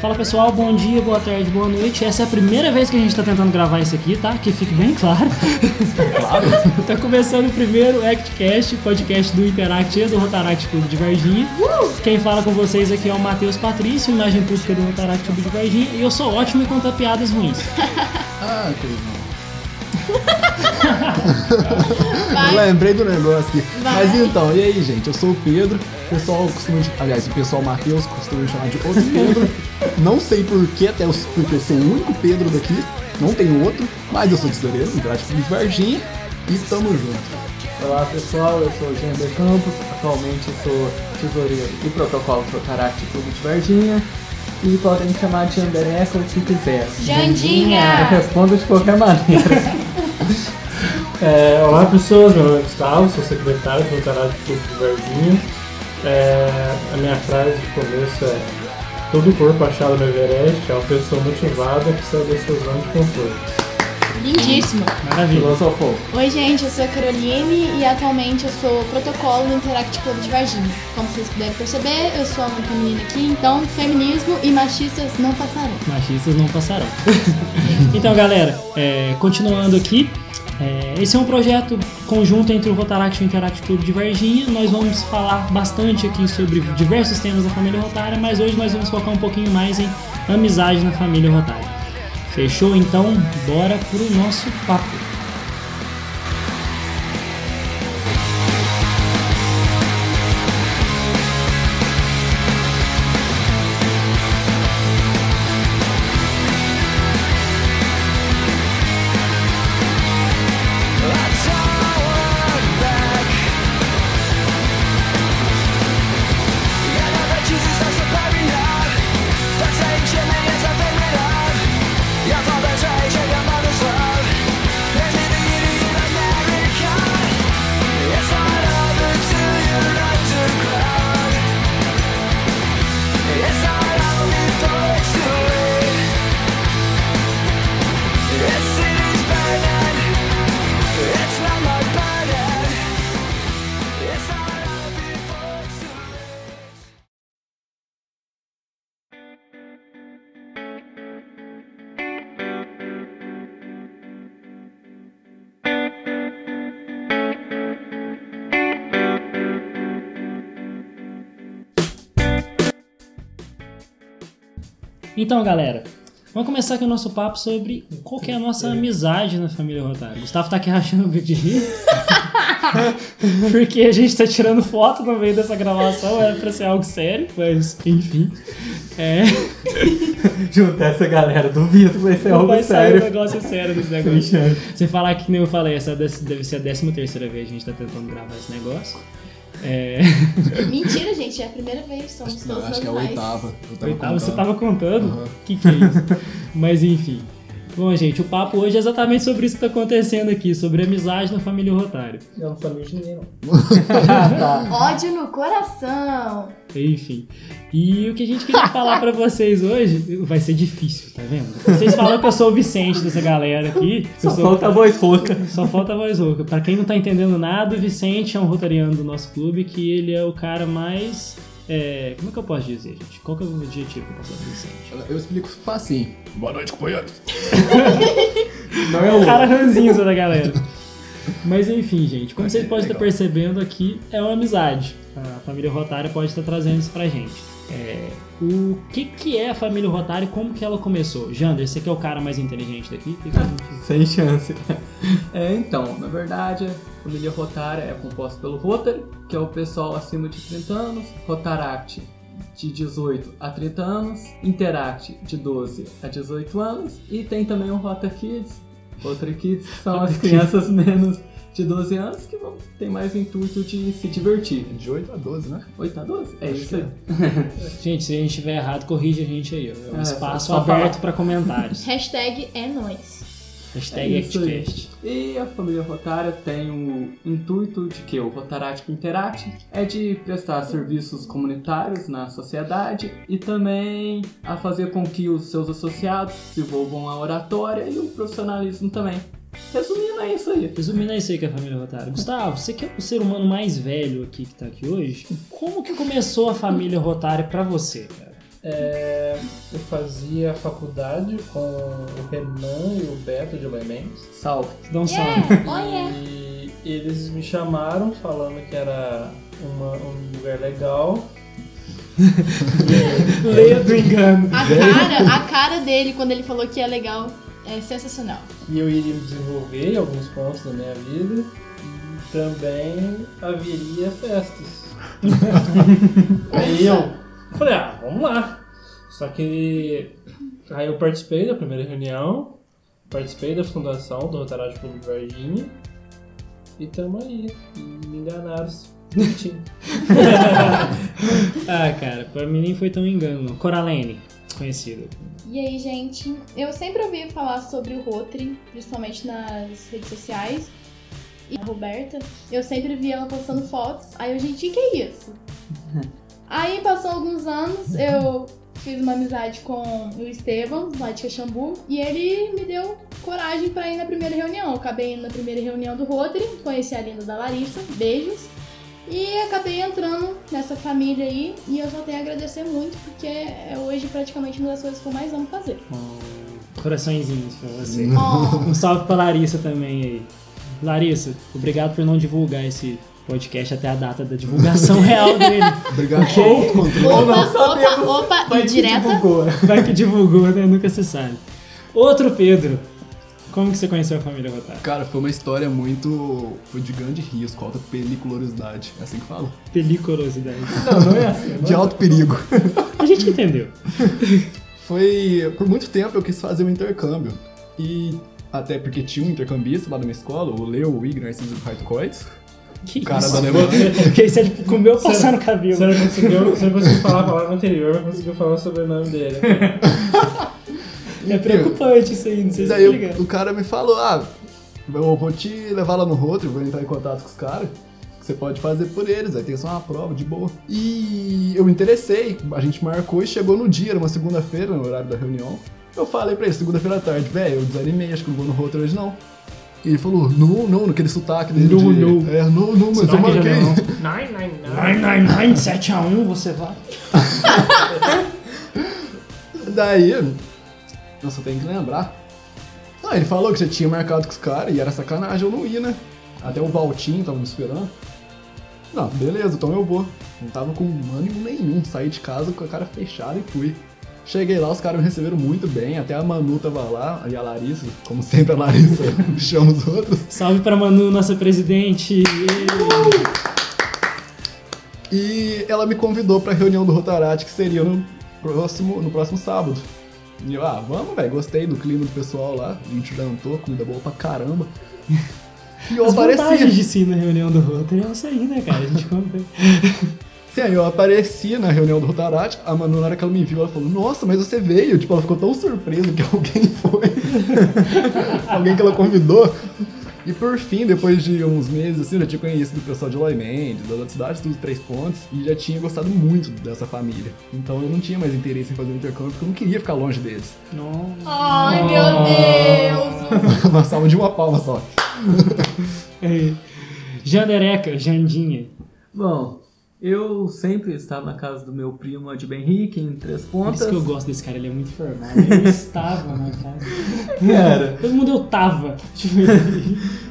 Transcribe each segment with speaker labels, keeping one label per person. Speaker 1: Fala pessoal, bom dia, boa tarde, boa noite. Essa é a primeira vez que a gente tá tentando gravar isso aqui, tá? Que fique bem claro.
Speaker 2: Claro.
Speaker 1: tá começando o primeiro ActCast, podcast do Hiperact e do Rotaract Clube de Varginha. Quem fala com vocês aqui é o Matheus Patrício, imagem pública do Rotaract Clube de Varginha, e eu sou ótimo em contar piadas ruins.
Speaker 2: Ah, que legal.
Speaker 3: Eu
Speaker 4: Vai.
Speaker 3: Lembrei do negócio aqui.
Speaker 4: Vai.
Speaker 3: Mas então, e aí, gente? Eu sou o Pedro. O pessoal costuma. de- Aliás, o pessoal Matheus costuma me chamar de outro Pedro. Não sei porquê, até os- porque eu sou o único Pedro daqui. Não tem outro. Mas eu sou tesoureiro, gráfico de Varginha. E tamo junto.
Speaker 2: Olá pessoal, eu sou o Jean de Campos, atualmente eu sou tesoureiro do protocolo do Taracte Clube de Varginha e podem me chamar de Jandereca ou o que quiser. Eu
Speaker 4: Jandinha!
Speaker 2: respondo de qualquer maneira.
Speaker 5: É, olá pessoas, meu nome é Gustavo, sou secretário do canal de Clube de Varginha. É, a minha frase de começo é Todo corpo achado no Everest é uma pessoa motivada que sai da sua zona de conforto.
Speaker 4: Lindíssimo!
Speaker 1: Maravilha.
Speaker 2: Filosofou.
Speaker 4: Oi, gente, eu sou a Caroline e atualmente eu sou protocolo no Interact Club de Varginha. Como vocês puderam perceber, eu sou a única menina aqui, então feminismo e machistas não passarão.
Speaker 1: machistas não passarão. então, galera, é, continuando aqui, é, esse é um projeto conjunto entre o Rotaract e o Interact Clube de Varginha. Nós vamos falar bastante aqui sobre diversos temas da família Rotária, mas hoje nós vamos focar um pouquinho mais em amizade na família Rotária. Fechou? Então, bora pro nosso papo.
Speaker 6: It's not my burden. It's not a
Speaker 1: Então, galera, vamos começar aqui o nosso papo sobre qual que é a nossa amizade na família Rotária. Gustavo tá aqui rachando o bico de rir. Porque a gente tá tirando foto no meio dessa gravação, era pra ser algo sério, mas enfim. É,
Speaker 5: Juntar essa galera, duvido que vai
Speaker 2: É
Speaker 5: ser
Speaker 1: não
Speaker 5: algo
Speaker 1: vai sair um
Speaker 5: sério.
Speaker 1: negócio sério desse negócio. Você falar que nem eu falei, essa deve ser a 13 terceira vez que a gente tá tentando gravar esse negócio. É,
Speaker 4: Mentira, gente, é a primeira vez, somos todos
Speaker 3: Não, acho que é a
Speaker 4: normais.
Speaker 3: oitava. Eu tava
Speaker 1: Oitava, você
Speaker 3: contando.
Speaker 1: tava contando?
Speaker 3: Aham.
Speaker 1: Que que é isso? Mas enfim. Bom, gente, o papo hoje é exatamente sobre isso que tá acontecendo aqui, sobre amizade na família Rotário.
Speaker 5: Eu não falei de ninguém, não.
Speaker 2: Ah, tá.
Speaker 4: Ódio no coração!
Speaker 1: Enfim. E o que a gente queria falar pra vocês hoje vai ser difícil, tá vendo? Vocês falam que eu sou o Vicente dessa galera aqui. Eu
Speaker 5: Só
Speaker 1: sou-
Speaker 5: falta a voz rouca.
Speaker 1: Só falta a voz rouca. Pra quem não tá entendendo nada, o Vicente é um rotariano do nosso clube que ele é o cara mais. é, como é que eu posso dizer, gente? Qual que é o adjetivo que eu posso dar pro Vicente?
Speaker 3: Eu explico facinho. tá- Boa noite, companheiros.
Speaker 5: Não é o
Speaker 1: cara ranzinza da galera. Mas enfim, gente, como vocês podem estar percebendo aqui, é uma amizade. A família Rotária pode estar trazendo isso pra gente. É, o que, que é a família Rotária e como que ela começou? Jander, você que é o cara mais inteligente daqui? Fica à vontade.
Speaker 5: Sem chance.
Speaker 2: É, então, na verdade, a família Rotária é composta pelo Rotary, que é o pessoal acima de 30 anos, Rotaract de 18 a 30 anos, Interact de 12 a 18 anos e tem também o Rota Kids, Rotary Kids, que são as crianças menos de 12 anos que vão ter mais intuito de se divertir.
Speaker 3: De 8 a 12, né?
Speaker 2: 8 a 12, é isso aí.
Speaker 1: Gente, se a gente estiver errado, corrige a gente aí. ó. É um
Speaker 2: É,
Speaker 1: espaço
Speaker 2: só falar.
Speaker 1: aberto pra comentários.
Speaker 4: Hashtag é nóis.
Speaker 1: Hashtag
Speaker 2: É isso aí.
Speaker 1: ActCast.
Speaker 2: E a família Rotária tem o intuito de que o Rotarático Interact é de prestar serviços comunitários na sociedade e também a fazer com que os seus associados desenvolvam a oratória e o profissionalismo também. Resumindo, é isso aí.
Speaker 1: Resumindo, é isso aí que é a família Rotária. Gustavo, você que é o ser humano mais velho aqui que tá aqui hoje, como que começou a família Rotária pra você, cara?
Speaker 5: É, eu fazia faculdade com o Renan e o Beto de Lemenz.
Speaker 2: Salve.
Speaker 1: Dá um salve.
Speaker 4: Yeah! Oh yeah!
Speaker 5: E eles me chamaram falando que era uma- um lugar legal.
Speaker 1: Leia do engano.
Speaker 4: A cara, a cara dele quando ele falou que é legal é sensacional.
Speaker 5: E eu iria desenvolver em alguns pontos da minha vida. E também haveria festas. aí eu falei, ah, vamos lá. Só que aí eu participei da primeira reunião, participei da fundação do Rotaract Clube de Varginha. E tamo aí. E me enganaram. Bonitinho.
Speaker 1: Ah, cara, pra mim nem foi tão engano. Coralene, conhecida.
Speaker 4: E aí, gente, eu sempre ouvi falar sobre o Rotary, principalmente nas redes sociais. E a Roberta, eu sempre via ela postando fotos. Aí eu, gente, o que é isso? aí passou alguns anos, eu fiz uma amizade com o Estevam, lá de Caxambu, e ele me deu coragem pra ir na primeira reunião. Eu acabei indo na primeira reunião do Rotary, conheci a linda da Larissa, beijos. E acabei entrando nessa família aí e eu só tenho a agradecer muito porque é hoje praticamente uma das coisas que eu mais amo fazer.
Speaker 1: Com coraçõezinhos pra você.
Speaker 4: Oh,
Speaker 1: Um salve pra Larissa também aí. Larissa, obrigado por não divulgar esse podcast até a data da divulgação real dele.
Speaker 3: Obrigado pelo autocontrole.
Speaker 4: opa, opa,
Speaker 2: tipo
Speaker 4: opa, indireta.
Speaker 1: Vai que divulgou, né? Nunca se sabe. Outro Pedro. Como que você conheceu a família Rotar?
Speaker 3: Cara, foi uma história muito. Foi de grande risco, alta periculosidade. É assim que fala?
Speaker 1: Peliculosidade.
Speaker 3: De alto perigo.
Speaker 1: A gente entendeu.
Speaker 3: Foi. Por muito tempo eu quis fazer um intercâmbio. E até porque tinha um intercambista lá na minha escola, o né, Leo Wig Narciso Hartkoitz.
Speaker 1: Que
Speaker 3: Cara
Speaker 1: isso?
Speaker 3: da Alemanha.
Speaker 1: Que isso é tipo, comeu passar no cabelo.
Speaker 5: Você não conseguiu, você não conseguiu falar a palavra anterior, mas conseguiu falar o sobrenome dele.
Speaker 1: É preocupante isso aí, não sei se
Speaker 3: Daí
Speaker 1: você
Speaker 3: eu-
Speaker 1: tá ligado.
Speaker 3: o cara me falou, ah, eu vou te levar lá no roteiro, vou entrar em contato com os caras. que Você pode fazer por eles, aí tem só uma prova de boa. E eu me interessei, a gente marcou e chegou no dia, era uma segunda-feira, no horário da reunião. Eu falei pra ele, segunda-feira à tarde, velho, eu desanimei, acho que não vou no roteiro hoje não. E ele falou, não, não, naquele sotaque dele.
Speaker 1: Não,
Speaker 3: de-
Speaker 1: não.
Speaker 3: É, não, não, mas eu
Speaker 1: Sotaque de
Speaker 3: marquei.
Speaker 1: alemão.
Speaker 5: 999.
Speaker 1: 999, 7x1, você vai.
Speaker 3: Daí, eu só tenho que lembrar. Ah, ele falou que já tinha marcado com os caras e era sacanagem eu não ir, né? Até o Valtinho tava me esperando. Não, beleza, então eu vou. Não tava com ânimo nenhum, saí de casa com a cara fechada e fui. Cheguei lá, os caras me receberam muito bem, até a Manu tava lá, e a Larissa, como sempre a Larissa chama os outros.
Speaker 1: Salve pra Manu, nossa presidente.
Speaker 3: E ela me convidou pra reunião do Rotarate, que seria no próximo, no próximo sábado. E eu, ah, vamos, velho, gostei do clima do pessoal lá. A gente jantou, comida boa pra caramba. E eu
Speaker 1: As vantagens
Speaker 3: apareci.
Speaker 1: de si na reunião do Rotary é essa aí, né, cara? A gente conta.
Speaker 3: Sim, aí eu apareci na reunião do Rotarate. A Manu, na hora que ela me viu, ela falou: Nossa, mas você veio. Tipo, ela ficou tão surpresa que alguém foi. alguém que ela convidou. E por fim, depois de uns meses, assim, eu já tinha conhecido o pessoal de Loy Mendes, das outras cidades, tudo Três Pontes, e já tinha gostado muito dessa família. Então eu não tinha mais interesse em fazer um intercâmbio, porque eu não queria ficar longe deles.
Speaker 1: Nossa.
Speaker 4: Ai, meu
Speaker 1: Ah.
Speaker 4: Deus.
Speaker 3: Uma salva de uma palma só.
Speaker 1: É. Jandereca, Jandinha.
Speaker 2: Bom, eu sempre estava na casa do meu primo de Benrique, em Três
Speaker 1: Por
Speaker 2: Pontas.
Speaker 1: isso que eu gosto desse cara, ele é muito formal. Eu estava na casa. Cara. Todo mundo eu tava. Tipo,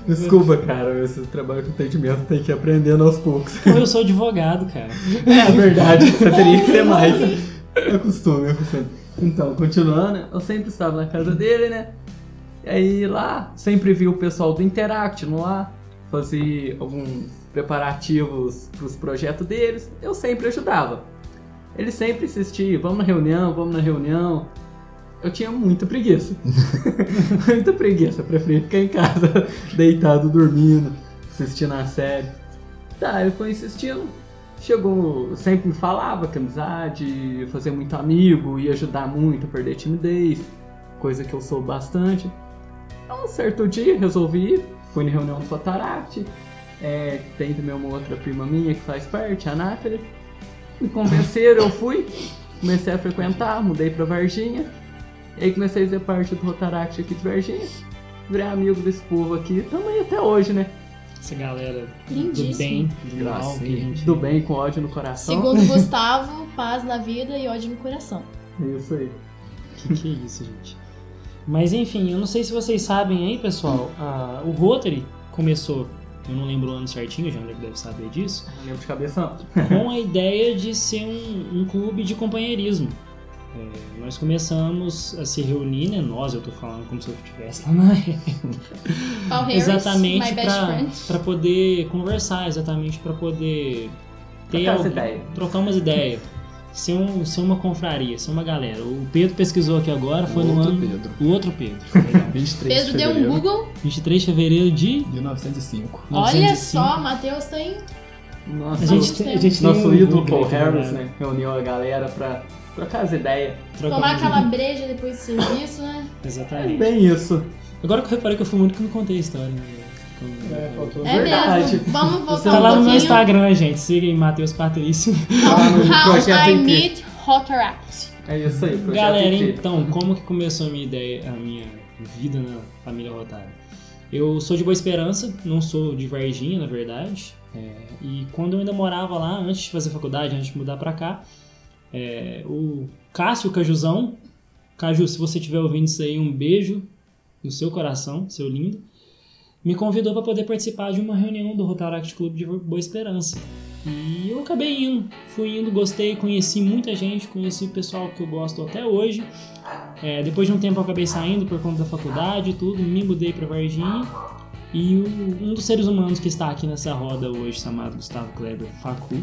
Speaker 2: Desculpa, cara, esse trabalho com atendimento tem que ir aprendendo aos poucos.
Speaker 1: pô, eu sou advogado, cara.
Speaker 2: É verdade, você teria que ser mais. É costume, é costume. Então, continuando, eu sempre estava na casa dele, né? E aí lá, sempre vi o pessoal do Interact não lá, fazer alguns preparativos pros projetos deles. Eu sempre ajudava. Ele sempre insistia, vamos na reunião, vamos na reunião. Eu tinha muita preguiça. muita preguiça, eu preferia ficar em casa, deitado, dormindo, assistindo a série. Tá, ele foi insistindo chegou, um, sempre me falava que amizade, ia fazer muito amigo, ia ajudar muito a perder a timidez, coisa que eu sou bastante. Então, um certo dia, resolvi ir, fui na reunião do Fataract, é, tem também uma outra prima minha que faz parte, a Nathalie. Me convenceram, eu fui, comecei a frequentar, mudei pra Varginha, e aí comecei a fazer parte do Rotaract aqui de Varginha, virei amigo desse povo aqui, também até hoje, né?
Speaker 1: essa galera
Speaker 4: Lindíssimo.
Speaker 1: do bem, do mal, que a
Speaker 3: Desgracinha.
Speaker 1: gente...
Speaker 2: Do bem com ódio no coração.
Speaker 4: Segundo Gustavo, paz na vida e ódio no coração.
Speaker 2: É Isso aí.
Speaker 1: Que, que é isso, gente? Mas enfim, eu não sei se vocês sabem aí, pessoal, a- o Rotary começou, eu não lembro o ano certinho, o Jean deve saber disso,
Speaker 2: Eu lembro de cabeça. não.
Speaker 1: com a ideia de ser um, um clube de companheirismo. É, nós começamos a se reunir, né? Nós, eu tô falando como se eu estivesse lá na
Speaker 4: Paul Harris,
Speaker 1: exatamente
Speaker 4: my best friend.
Speaker 1: para poder conversar, exatamente para poder ter
Speaker 2: Trocar essa
Speaker 1: alguém-
Speaker 2: ideia.
Speaker 1: trocar umas ideias, ser, um, ser uma confraria, ser uma galera. O Pedro pesquisou aqui agora, foi no
Speaker 3: Outro
Speaker 1: ano
Speaker 3: Pedro.
Speaker 1: o outro Pedro. Perdão.
Speaker 3: 23
Speaker 4: Pedro
Speaker 3: de
Speaker 4: deu um
Speaker 3: fevereiro
Speaker 4: Google.
Speaker 1: 23 de fevereiro de
Speaker 3: 1905.
Speaker 4: Olha
Speaker 1: 1905.
Speaker 4: só, Matheus tem
Speaker 1: A
Speaker 2: Nossa,
Speaker 1: gente, tem- a gente tem
Speaker 2: nosso
Speaker 1: um
Speaker 2: ídolo
Speaker 1: grupo
Speaker 2: Paul
Speaker 1: aqui,
Speaker 2: Harris, né? Reuniu a galera pra trocar as ideias.
Speaker 1: Trocar
Speaker 4: tomar
Speaker 1: uma
Speaker 4: aquela breja depois do serviço, né?
Speaker 1: ideia.
Speaker 2: É
Speaker 1: Exatamente.
Speaker 2: bem isso.
Speaker 1: Agora que eu reparei que eu fui o único que não contei a história. né? Como-
Speaker 5: É, faltou.
Speaker 4: É
Speaker 2: Verdade.
Speaker 4: mesmo. Vamos voltar
Speaker 1: Tá
Speaker 4: um
Speaker 1: lá no meu
Speaker 4: pouquinho.
Speaker 1: Instagram, gente. Sigam Matheus Patrício.
Speaker 2: Tá Lá no
Speaker 4: How
Speaker 2: projeto
Speaker 4: I
Speaker 2: inteiro.
Speaker 4: Meet Rotaract.
Speaker 2: É isso aí, projeto
Speaker 1: Galera,
Speaker 2: inteiro.
Speaker 1: então, como que começou a minha ideia, a minha vida na família Rotária? Eu sou de Boa Esperança, não sou de Varginha, na verdade. É, e quando eu ainda morava lá, antes de fazer faculdade, antes de mudar pra cá, é, o Cássio Cajuzão, Caju, se você estiver ouvindo isso aí, um beijo no seu coração, seu lindo, me convidou para poder participar de uma reunião do Rotaract Clube de Boa Esperança. E eu acabei indo, fui indo, gostei, conheci muita gente, conheci pessoal que eu gosto até hoje. É, depois de um tempo eu acabei saindo por conta da faculdade e tudo, me mudei para Varginha. E o- um dos seres humanos que está aqui nessa roda hoje, chamado Gustavo Kleber Facu,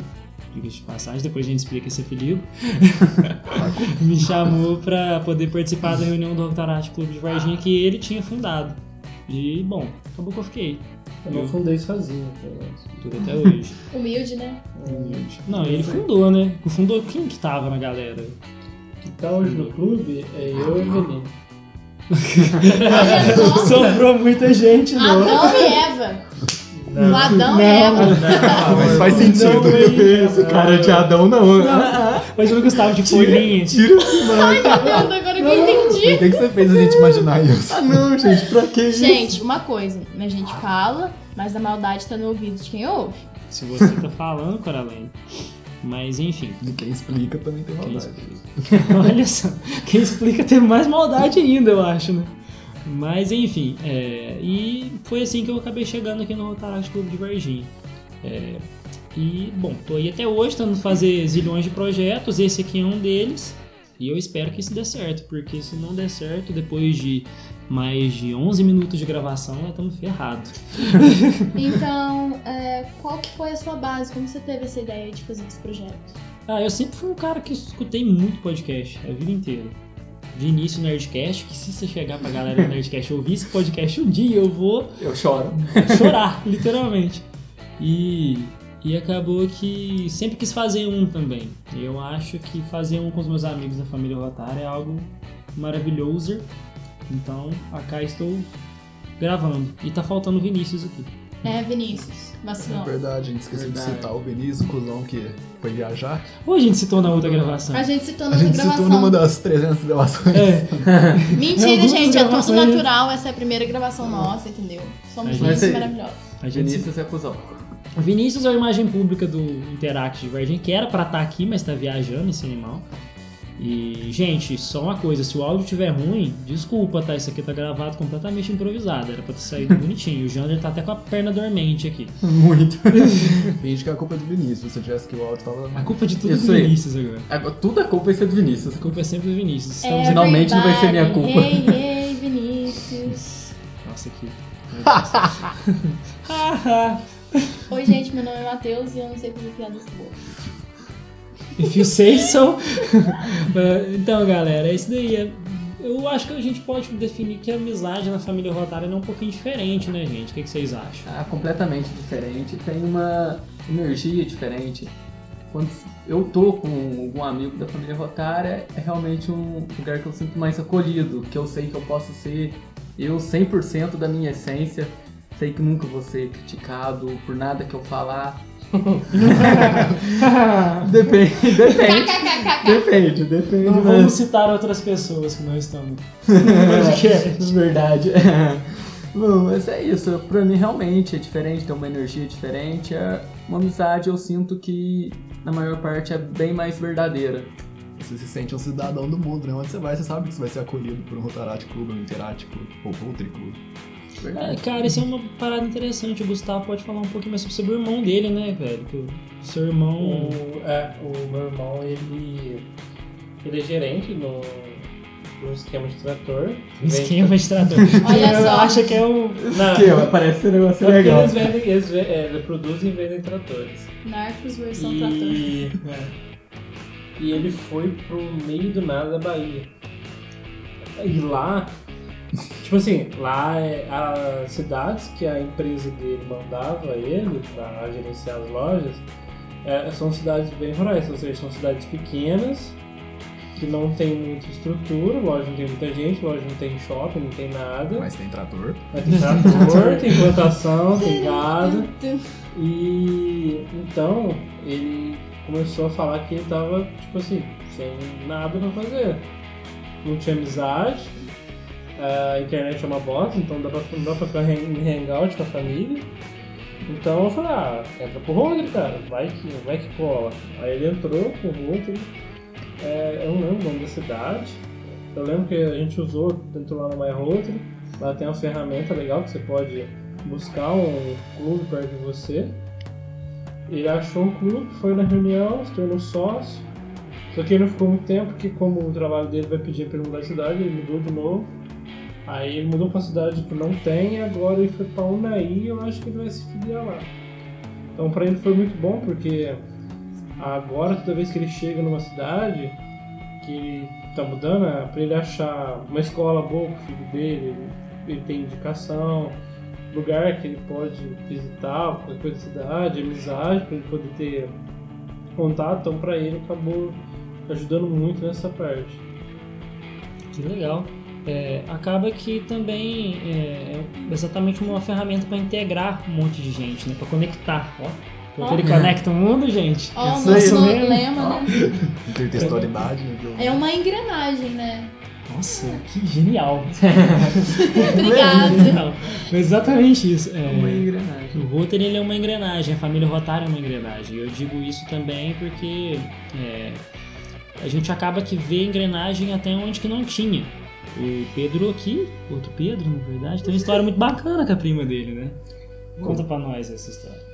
Speaker 1: diga de passagem, depois a gente explica esse apelido, me chamou para poder participar da reunião do Rotaract Clube de Varginha que ele tinha fundado. E, bom, acabou que eu fiquei.
Speaker 5: Eu não fundei sozinho, tá pelo menos.
Speaker 1: Tudo até hoje.
Speaker 4: Humilde, né?
Speaker 1: Não, ele fundou, né? Fundou quem que tava na galera?
Speaker 5: Que tá hoje no clube é eu e Eveline.
Speaker 4: Olha só.
Speaker 1: Sobrou muita gente,
Speaker 4: Adão e Eva. O
Speaker 5: Não,
Speaker 4: Adão e Eva.
Speaker 3: Ah, mas faz
Speaker 5: Não,
Speaker 3: sentido.
Speaker 5: é isso,
Speaker 3: Esse cara de Adão não.
Speaker 1: Hoje o Gustavo de folhinha.
Speaker 3: Tira isso,
Speaker 4: Ai,
Speaker 3: não.
Speaker 4: meu Deus, agora que eu entendi.
Speaker 3: Por que, que você fez a gente imaginar isso?
Speaker 2: Ah não, gente, pra que isso?
Speaker 4: Gente, uma coisa. A gente fala, mas a maldade tá no ouvido de quem ouve.
Speaker 1: Se você tá falando, Coraline. Mas enfim.
Speaker 3: E quem explica também tem
Speaker 1: Quem
Speaker 3: maldade.
Speaker 1: explica? Olha só. Quem explica tem mais maldade ainda, eu acho, né? Mas enfim, é, e foi assim que eu acabei chegando aqui no Rotaract Clube de Varginha. É, e, bom, tô aí até hoje tentando fazer zilhões de projetos, esse aqui é um deles. E eu espero que isso dê certo, porque se não der certo, depois de mais de 11 minutos de gravação, nós estamos ferrados.
Speaker 4: Então, é, qual que foi a sua base? Como você teve essa ideia de fazer esse projeto?
Speaker 1: Ah, eu sempre fui um cara que escutei muito podcast a vida inteira. De início, Nerdcast, que se você chegar pra galera do Nerdcast e ouvir esse podcast um dia, eu vou
Speaker 2: Eu choro.
Speaker 1: chorar, literalmente. E, e acabou que sempre quis fazer um também. Eu acho que fazer um com os meus amigos da família Rotária é algo maravilhoso. Então, acá estou gravando. E tá faltando o Vinícius aqui.
Speaker 4: É, Vinícius, vacilão.
Speaker 3: É verdade, a gente esqueceu de
Speaker 2: Verdade.
Speaker 3: citar o Vinícius, o cuzão que foi viajar.
Speaker 1: Ou a gente citou na outra gravação?
Speaker 4: A gente citou
Speaker 3: A
Speaker 4: na
Speaker 3: gente citou numa
Speaker 4: gravação.
Speaker 3: das 300 gravações.
Speaker 1: É.
Speaker 4: Mentira,
Speaker 1: Algumas
Speaker 4: gente, é tudo
Speaker 1: gravações-
Speaker 4: natural. Essa é a primeira gravação nossa, entendeu?
Speaker 1: A
Speaker 4: Somos
Speaker 1: gente-
Speaker 2: Mas
Speaker 4: lindos
Speaker 2: é-
Speaker 4: e
Speaker 2: aí-
Speaker 4: maravilhosos.
Speaker 1: A gente citou.
Speaker 2: Vinícius é cuzão.
Speaker 1: O Vinícius é a imagem pública do Interact de Varginha, que era pra estar aqui, mas tá viajando esse animal. E, gente, só uma coisa, se o áudio tiver ruim, desculpa, tá? Isso aqui tá gravado completamente improvisado, era pra ter saído bonitinho. O Jander tá até com a perna dormente aqui.
Speaker 2: Muito.
Speaker 3: Finge que é a culpa do Vinícius. Se eu tivesse que o áudio tava.
Speaker 1: A culpa de tudo
Speaker 2: Isso
Speaker 1: é do
Speaker 2: aí.
Speaker 1: Vinícius agora.
Speaker 2: Agora, tudo a culpa é ser do Vinícius.
Speaker 1: A culpa é sempre do Vinícius. Estamos aqui.
Speaker 2: Finalmente não vai ser minha
Speaker 4: Everybody,
Speaker 2: culpa.
Speaker 4: Hey, hey, Vinícius.
Speaker 1: Nossa, aqui. Haha!
Speaker 4: Oi, gente, meu nome é Matheus e eu não sei fazer piadas boas.
Speaker 1: If you say so. Eh, então, galera, é isso daí. É- Eu acho que a gente pode definir que a amizade na família Rotária é um pouquinho diferente, né, gente? O que, que vocês acham?
Speaker 2: Ah, completamente diferente. Tem uma energia diferente. Quando eu tô com algum amigo da família Rotária, é realmente um lugar que eu sinto mais acolhido, que eu sei que eu posso ser eu 100% da minha essência. Sei que nunca vou ser criticado por nada que eu falar. Depende, depende,
Speaker 4: KKKK.
Speaker 2: depende, depende.
Speaker 1: Não
Speaker 2: mas-
Speaker 1: vamos citar outras pessoas que não estão no podcast.
Speaker 2: Verdade. Bom, mas é isso. Pra mim, realmente, é diferente, tem uma energia diferente. É uma amizade, eu sinto que, na maior parte, é bem mais verdadeira.
Speaker 3: Você se sente um cidadão do mundo, né? Onde você vai, você sabe que você vai ser acolhido por um Rotaract Club, um Interact Club, ou Rotary Club.
Speaker 1: É,
Speaker 2: Verdade.
Speaker 1: cara, isso é uma parada interessante. O Gustavo pode falar um pouquinho mais sobre o seu irmão dele, né, velho? Que o seu
Speaker 4: Hum,
Speaker 1: irmão.
Speaker 5: O, é, o meu irmão, ele, ele é gerente no, no esquema de trator.
Speaker 1: Esquema de trator.
Speaker 4: Olha
Speaker 1: Eu
Speaker 4: só.
Speaker 1: acho que é o.
Speaker 5: Não,
Speaker 2: Esquema, parece um
Speaker 5: é
Speaker 2: negócio
Speaker 5: porque
Speaker 2: legal.
Speaker 5: eles, vendem, eles, ve- é, eles produzem e vendem tratores.
Speaker 4: Narcos versão trator.
Speaker 5: E, é. e ele foi pro meio do nada da Bahia. E lá, tipo assim, lá é- as cidades que a empresa dele mandava ele pra gerenciar as lojas é, são cidades bem rurais, ou seja, são cidades pequenas que não tem muita estrutura, loja não tem muita gente, loja não tem shopping, não tem nada.
Speaker 3: Mas tem trator.
Speaker 5: Mas tem trator, tem plantação, tem gado.
Speaker 4: Tum, tum.
Speaker 5: E então ele começou a falar que ele tava, tipo assim, sem nada pra fazer. Não tinha amizade, a internet é uma bosta, então dá pra, não dá pra ficar hang- em hangout com a família. Então eu falei, ah, entra pro Roger, cara, vai que, vai que cola. Aí ele entrou pro Roger, é, eu não lembro o nome da cidade. Eu lembro que a gente usou, entrou lá no My Roger, lá tem uma ferramenta legal que você pode buscar um clube perto de você. Ele achou um clube, foi na reunião, se tornou sócio. Só que ele não ficou muito tempo, porque como o trabalho dele vai pedir pra ele mudar de cidade, ele mudou de novo. Aí ele mudou pra cidade que não tem, e agora ele foi pra Unaí e eu acho que ele vai se filiar lá. Então pra ele foi muito bom, porque agora toda vez que ele chega numa cidade, que ele tá mudando, é pra ele achar uma escola boa pro filho dele, ele tem indicação, lugar que ele pode visitar, qualquer coisa da cidade, amizade, para ele poder ter contato. Então, para ele, acabou ajudando muito nessa parte.
Speaker 1: Que legal. É, acaba que também é, é exatamente uma ferramenta para integrar um monte de gente, né? Para conectar. Ó, Porque ele
Speaker 4: Ó.
Speaker 1: conecta o mundo, gente. É
Speaker 4: Ó, o
Speaker 3: Isso aí,
Speaker 4: nosso
Speaker 1: isso mesmo.
Speaker 4: lema, né?
Speaker 3: Intertextualidade, né? viu?
Speaker 4: É uma engrenagem, né?
Speaker 1: Nossa, que genial.
Speaker 4: Obrigada.
Speaker 1: Genial. exatamente isso. É,
Speaker 2: Uma engrenagem.
Speaker 1: O Rotary ele é uma engrenagem, a família Rotary é uma engrenagem. Eu digo isso também porque é, a gente acaba que vê engrenagem até onde que não tinha. O Pedro aqui, outro Pedro, na verdade, tem uma história muito bacana com a prima dele, né? Conta pra nós essa história.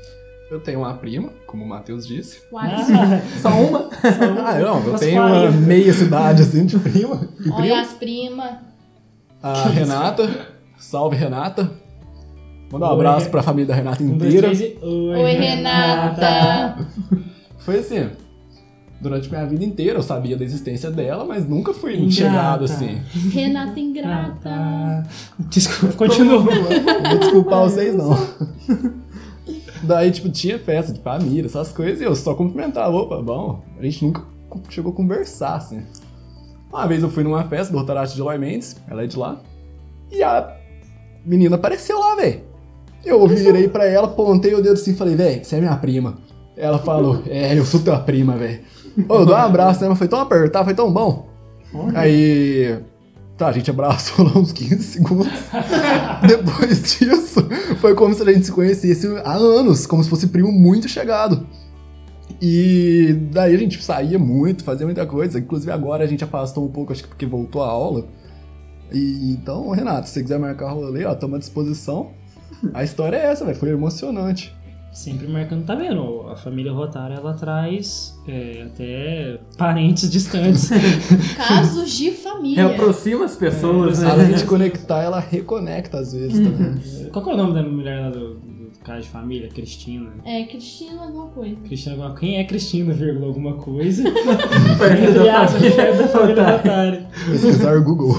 Speaker 3: Eu tenho uma prima, como o Matheus disse.
Speaker 4: Uai.
Speaker 1: Ah,
Speaker 2: Só uma?
Speaker 3: Ah, eu não, eu
Speaker 1: umas
Speaker 3: tenho uma
Speaker 1: 40.
Speaker 3: meia cidade assim de prima.
Speaker 4: Olha as primas.
Speaker 3: A Renata. Salve, Renata. Mandar um
Speaker 1: Oi,
Speaker 3: abraço
Speaker 1: Re-
Speaker 3: pra família da Renata
Speaker 1: Um, dois,
Speaker 3: inteira.
Speaker 1: três e... Oi,
Speaker 4: Oi, Renata.
Speaker 3: Foi assim. Durante minha vida inteira eu sabia da existência dela, mas nunca fui
Speaker 1: Ingrata.
Speaker 3: chegado assim.
Speaker 4: Renata ingrata.
Speaker 1: Ah, tá. Desculpa, continua.
Speaker 3: Não vou desculpar vocês, não. Daí, tipo, tinha festa de família, essas coisas, e eu só cumprimentava, opa, bom. A gente nunca co- chegou a conversar, assim. Uma vez eu fui numa festa do Rotarate de Eloy Mendes, ela é de lá, e a menina apareceu lá, velho. Eu virei pra ela, pontei o dedo assim e falei, velho, você é minha prima. Ela falou, é, eu sou tua prima, velho. Ô, eu dou um abraço, né? Mas foi tão apertado, foi tão bom. Aí. Tá, a gente abraçou lá uns 15 segundos. Depois disso, foi como se a gente se conhecesse há anos, como se fosse primo muito chegado. E daí a gente saía muito, fazia muita coisa. Inclusive agora a gente afastou um pouco, acho que porque voltou a aula. E então, Renato, se você quiser marcar rolê, ó, toma à disposição. A história é essa, velho. Foi emocionante.
Speaker 1: Sempre marcando, tá vendo? A família Rotária, ela traz é, até parentes distantes.
Speaker 4: Casos de
Speaker 2: É
Speaker 4: família.
Speaker 2: Reaproxima as pessoas, né?
Speaker 3: Além de conectar, ela reconecta às vezes também.
Speaker 1: Qual que é o nome da mulher lá do, do, do caso de família? Cristina.
Speaker 4: É, Cristina alguma coisa.
Speaker 1: Cristina alguma Quem é Cristina, vírgula, alguma coisa?
Speaker 2: Perto
Speaker 1: Entre
Speaker 2: da
Speaker 1: aspas,
Speaker 2: família
Speaker 1: da né? família
Speaker 2: É Otário.
Speaker 1: Otário.
Speaker 3: Pesquisar Google.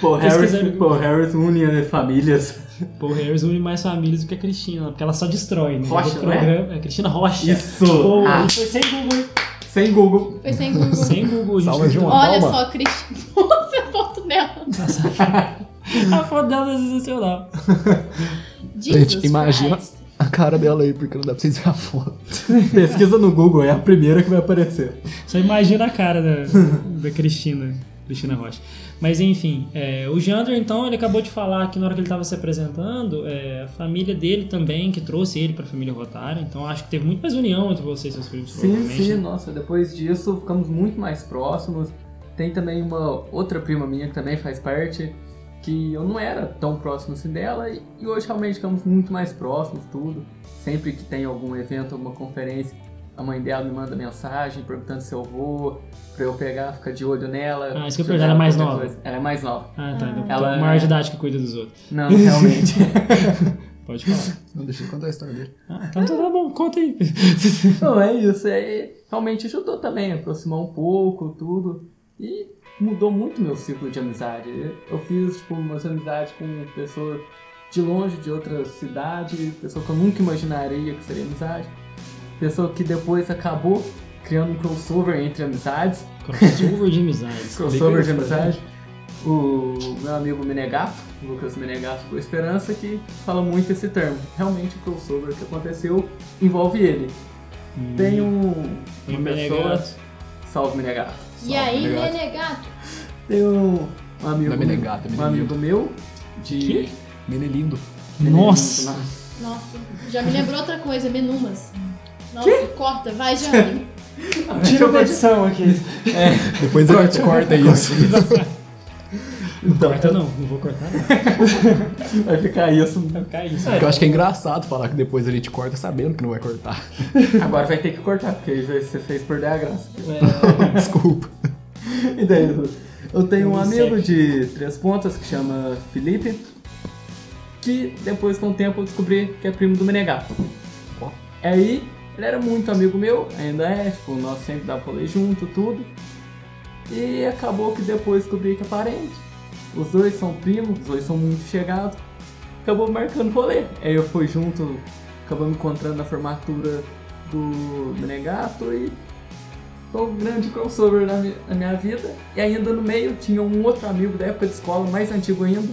Speaker 2: Pô, Harris,
Speaker 1: Pesquisando.
Speaker 2: pô, Harris une as famílias.
Speaker 1: Paul Harris une mais famílias do que a Cristina, porque ela só destrói, né?
Speaker 2: Rocha,
Speaker 1: Do programa- é? Cristina Rocha.
Speaker 2: Isso.
Speaker 1: Pô,
Speaker 2: Ah.
Speaker 1: e foi sem Google. hein?
Speaker 2: Sem Google.
Speaker 4: Pensei em Google.
Speaker 1: Sem Google, gente.
Speaker 3: Salva de uma
Speaker 4: Olha
Speaker 3: alma.
Speaker 4: só, Cristina. Nossa, a foto dela.
Speaker 1: A foto dela é sensacional.
Speaker 4: Jesus
Speaker 3: imagina-
Speaker 4: Christ.
Speaker 3: A cara dela aí, porque não dá pra vocês ver a foto.
Speaker 2: Pesquisa no Google, é a primeira que vai aparecer.
Speaker 1: Só imagina a cara da, da Cristina. Cristina Rocha. Mas enfim, é, o Jander então, ele acabou de falar que na hora que ele estava se apresentando, é, a família dele também, que trouxe ele para a família Rotara, então acho que teve muito mais união entre você e seus filhos,
Speaker 2: Sim,
Speaker 1: provavelmente.
Speaker 2: sim,
Speaker 1: né?
Speaker 2: nossa, depois disso ficamos muito mais próximos. Tem também uma outra prima minha que também faz parte, que eu não era tão próximo assim dela, e e hoje realmente ficamos muito mais próximos, tudo. Sempre que tem algum evento, alguma conferência, a mãe dela me manda mensagem perguntando se eu vou, pra eu pegar, ficar de olho nela.
Speaker 1: Ah, isso que eu perguntei, ela é mais nova?
Speaker 2: Ela é mais nova.
Speaker 1: Ah, tá, então,
Speaker 2: Ela-
Speaker 1: maior de idade que cuida dos outros.
Speaker 2: Não, realmente.
Speaker 1: Pode falar.
Speaker 3: Não, deixa eu contar a história dele.
Speaker 1: Ah, então tá bom, conta aí.
Speaker 2: Não, é isso. É, realmente ajudou também, aproximou um pouco, tudo. E mudou muito meu ciclo de amizade. Eu fiz, tipo, umas amizades com pessoas de longe, de outra cidade, pessoa que eu nunca imaginaria que seria amizade. Pessoa que depois acabou criando um crossover entre amizades.
Speaker 1: Crossover de amizades.
Speaker 2: Crossover de
Speaker 3: isso pra
Speaker 2: amizade. O meu amigo Menegato, Lucas Menegato por Esperança, que fala muito esse termo. Realmente o crossover que aconteceu envolve ele.
Speaker 1: Hum,
Speaker 2: Tem um.
Speaker 1: tem
Speaker 2: uma pessoa-
Speaker 1: Menegato.
Speaker 2: Salve, Menegato.
Speaker 4: E aí,
Speaker 3: Menegato.
Speaker 4: Menegato?
Speaker 2: Tem um um
Speaker 3: Não
Speaker 2: amigo,
Speaker 3: é Menegato, é
Speaker 2: um
Speaker 3: Menelindo.
Speaker 2: amigo meu de.
Speaker 3: Menelindo.
Speaker 2: Menelindo,
Speaker 1: Nossa.
Speaker 2: nossa.
Speaker 4: Nossa, já me lembrou outra coisa, Menumas. Nossa, corta, vai, Jander.
Speaker 5: Tira uma edição aqui.
Speaker 3: Depois a gente corta isso.
Speaker 1: Corta não, não vou cortar não.
Speaker 2: Vai ficar isso.
Speaker 1: Vai ficar isso.
Speaker 3: Porque eu acho que é engraçado falar que depois a gente corta sabendo que não vai cortar.
Speaker 2: Agora vai ter que cortar, porque você fez perder a graça.
Speaker 3: Desculpa.
Speaker 2: E daí, eu- eu tenho um
Speaker 1: Um
Speaker 2: amigo de três pontas que chama Felipe, que depois com o tempo eu descobri que é primo do Menegato.
Speaker 3: Ó.
Speaker 2: Aí, ele era muito amigo meu, ainda é, tipo, nós sempre dá rolê junto, tudo. E acabou que depois descobri que é parente. Os dois são primos, os dois são muito chegados. Acabou marcando rolê. Aí eu fui junto, acabamos encontrando na formatura do Menegato e foi um grande crossover na, mi- na minha vida. E ainda no meio tinha um outro amigo da época de escola, mais antigo ainda,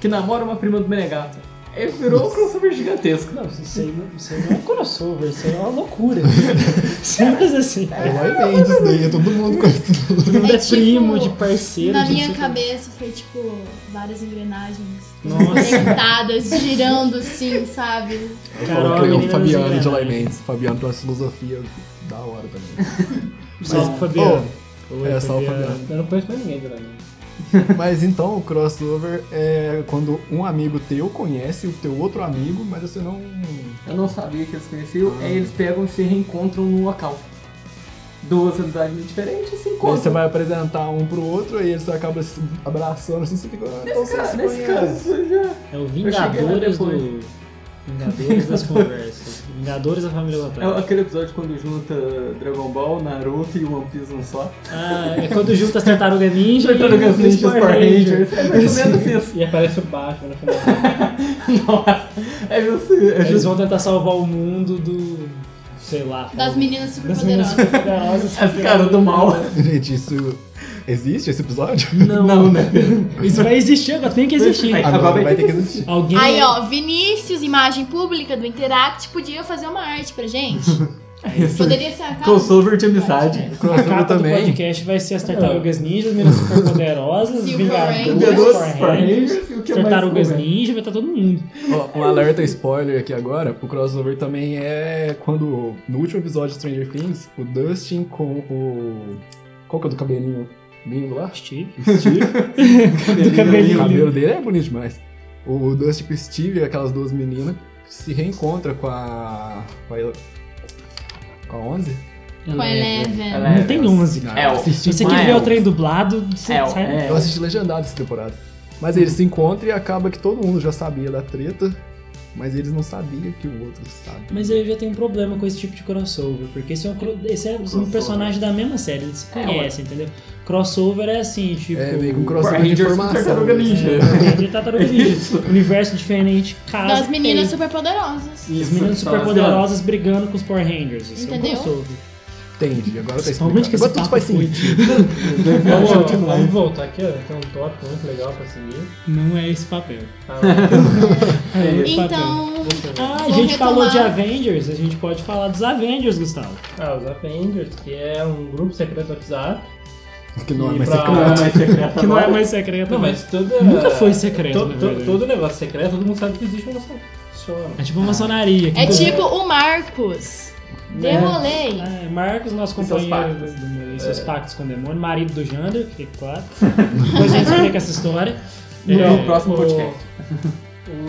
Speaker 2: que namora uma prima do Menegato. Aí virou um crossover gigantesco.
Speaker 1: Não, isso aí não, isso aí não é um crossover, isso aí é uma loucura. Simples assim.
Speaker 3: É vai bem disso daí, é todo mundo cortando.
Speaker 1: Todo mundo é,
Speaker 4: É tipo,
Speaker 1: primo, de parceiro.
Speaker 4: Na
Speaker 1: de não
Speaker 4: minha
Speaker 1: sei o quê.
Speaker 4: cabeça foi tipo várias engrenagens
Speaker 1: Nossa.
Speaker 4: conectadas, girando assim, sabe?
Speaker 1: Carol,
Speaker 3: Falou que nem
Speaker 1: meninas
Speaker 3: o Fabiano
Speaker 1: engrenagens.
Speaker 3: de Lai Mendes. Fabiano tem uma filosofia da hora também.
Speaker 1: Salve, Fabiano.
Speaker 3: É, só o Fabiano.
Speaker 5: Eu não conheço mais ninguém de lá.
Speaker 3: Mas então, o crossover é quando um amigo teu conhece o teu outro amigo, mas você não.
Speaker 2: Eu não sabia que eles conheciam, aí eles pegam e se reencontram num local. Duas amizades muito diferentes se
Speaker 3: Quando você
Speaker 2: encontram.
Speaker 3: vai apresentar um pro outro, aí eles acabam se abraçando assim, você fica. "Ah, então
Speaker 2: Nesse,
Speaker 3: você
Speaker 2: caso,
Speaker 3: se
Speaker 2: nesse
Speaker 3: conhece."
Speaker 2: caso, já.
Speaker 1: É o
Speaker 2: Eu
Speaker 1: Vingadores
Speaker 2: cheguei lá
Speaker 1: do. Vingadores das conversas. Vingadores da família
Speaker 2: É
Speaker 1: Otário.
Speaker 2: aquele episódio quando junta Dragon Ball, Naruto e One Piece num só.
Speaker 1: Ah, é quando junta as tartarugas ninja. e
Speaker 2: Tartarugas
Speaker 1: os
Speaker 2: Ninja,
Speaker 1: Power
Speaker 2: Power
Speaker 1: Rangers.
Speaker 2: Rangers. É mais ou menos isso.
Speaker 5: E aparece o Batman no final.
Speaker 2: Nossa, é justo. É
Speaker 1: Eles
Speaker 2: justo.
Speaker 1: vão tentar salvar o mundo do. sei lá.
Speaker 4: Das meninas super
Speaker 1: das meninas
Speaker 4: poderosas.
Speaker 1: superpoderosas.
Speaker 2: As caras do mal.
Speaker 3: Gente, isso. Existe esse episódio?
Speaker 2: Não, né?
Speaker 1: Isso vai existir agora, tem que existir.
Speaker 2: Aí,
Speaker 3: Ah, não,
Speaker 2: agora
Speaker 3: vai ter que existir.
Speaker 1: Alguém.
Speaker 4: Aí, ó, Vinícius, imagem pública do Interact, podia fazer uma arte pra gente. Poderia ser a capa.
Speaker 2: É Crossover de amizade.
Speaker 1: A
Speaker 3: Crossover
Speaker 1: capa do
Speaker 3: também.
Speaker 1: podcast vai ser as tartarugas ninjas, as meninas superpoderosas,
Speaker 4: Silver
Speaker 1: Vingadores,
Speaker 4: Rangers.
Speaker 1: Power Rangers,
Speaker 2: é
Speaker 1: tartarugas ninja, vai estar todo mundo.
Speaker 3: Ó, um alerta spoiler aqui agora, o crossover também é quando, no último episódio de Stranger Things, o Dustin com o... Qual que é o do cabelinho lindo lá?
Speaker 1: Steve.
Speaker 3: Steve.
Speaker 1: Do
Speaker 3: O
Speaker 1: cabelinho
Speaker 3: cabelo dele é bonito demais. O Dustin com o Steve e aquelas duas meninas se reencontra com a... com a... El- Com a 11?
Speaker 4: Com a Eleven.
Speaker 2: Eleven.
Speaker 1: Não tem 11, cara.
Speaker 2: É, ó,
Speaker 3: assisti
Speaker 1: Você
Speaker 2: com
Speaker 1: que
Speaker 2: a
Speaker 1: vê o
Speaker 2: Elf.
Speaker 1: trem dublado, você
Speaker 2: É, ó,
Speaker 1: sai-
Speaker 2: é.
Speaker 3: Eu assisti legendado essa temporada. Mas eles se encontram e acaba que todo mundo já sabia da treta, mas eles não sabiam que o outro sabe.
Speaker 1: Mas eu já tenho um problema com esse tipo de crossover, porque esse é um, cro- esse é um
Speaker 2: Crossover.
Speaker 1: personagem da mesma série, eles se
Speaker 2: É,
Speaker 1: conhecem, entendeu? Crossover é assim, tipo.
Speaker 3: É, meio que um
Speaker 2: Power
Speaker 3: crossover de
Speaker 2: Rangers com
Speaker 3: informação.
Speaker 2: Tartaruga
Speaker 3: né?
Speaker 2: Ninja.
Speaker 1: é, de Tartaruga Ninja. Universo diferente, casa.
Speaker 4: Das meninas
Speaker 1: tem.
Speaker 4: super poderosas.
Speaker 1: As meninas
Speaker 2: Só as
Speaker 1: superpoderosas brigando com os Power Rangers. Isso é
Speaker 4: Entendeu?
Speaker 1: um crossover.
Speaker 3: Entendi, agora tá explicando.
Speaker 1: Onde que esse
Speaker 3: Agora tudo
Speaker 1: papo é
Speaker 3: faz
Speaker 1: foi?
Speaker 3: sentido.
Speaker 5: vamos,
Speaker 2: é
Speaker 5: vamos voltar aqui, ó. Tem um tópico muito legal pra seguir.
Speaker 1: Não é esse papel.
Speaker 5: Ah, não.
Speaker 1: É esse papel.
Speaker 4: Então,
Speaker 1: Ah, a
Speaker 4: vou
Speaker 1: gente falou de
Speaker 4: retomar.
Speaker 1: Avengers, a gente pode falar dos Avengers, Gustavo.
Speaker 5: ah, os Avengers, que é um grupo secreto do WhatsApp
Speaker 3: Que não é
Speaker 5: E
Speaker 3: mais
Speaker 5: pra-
Speaker 3: secreto.
Speaker 5: não é mais secreto
Speaker 1: Que não é
Speaker 5: agora.
Speaker 1: mais secreta.
Speaker 5: Não,
Speaker 1: né?
Speaker 5: mas toda.
Speaker 1: Nunca foi secreto,
Speaker 5: to-
Speaker 1: na
Speaker 5: to-
Speaker 1: verdade.
Speaker 5: todo negócio secreto, todo mundo sabe que existe, um mas não funciona.
Speaker 1: É tipo uma maçonaria. que
Speaker 4: É
Speaker 1: todo-
Speaker 4: tipo o Marcos. Demolei.
Speaker 1: É, Marcos, nosso
Speaker 2: E seus
Speaker 1: companheiro,
Speaker 2: pactos.
Speaker 1: e seus pactos com o demônio, marido do Jander, que fica claro. Depois a gente explica essa história.
Speaker 5: No
Speaker 1: É,
Speaker 2: próximo
Speaker 5: o-
Speaker 2: podcast.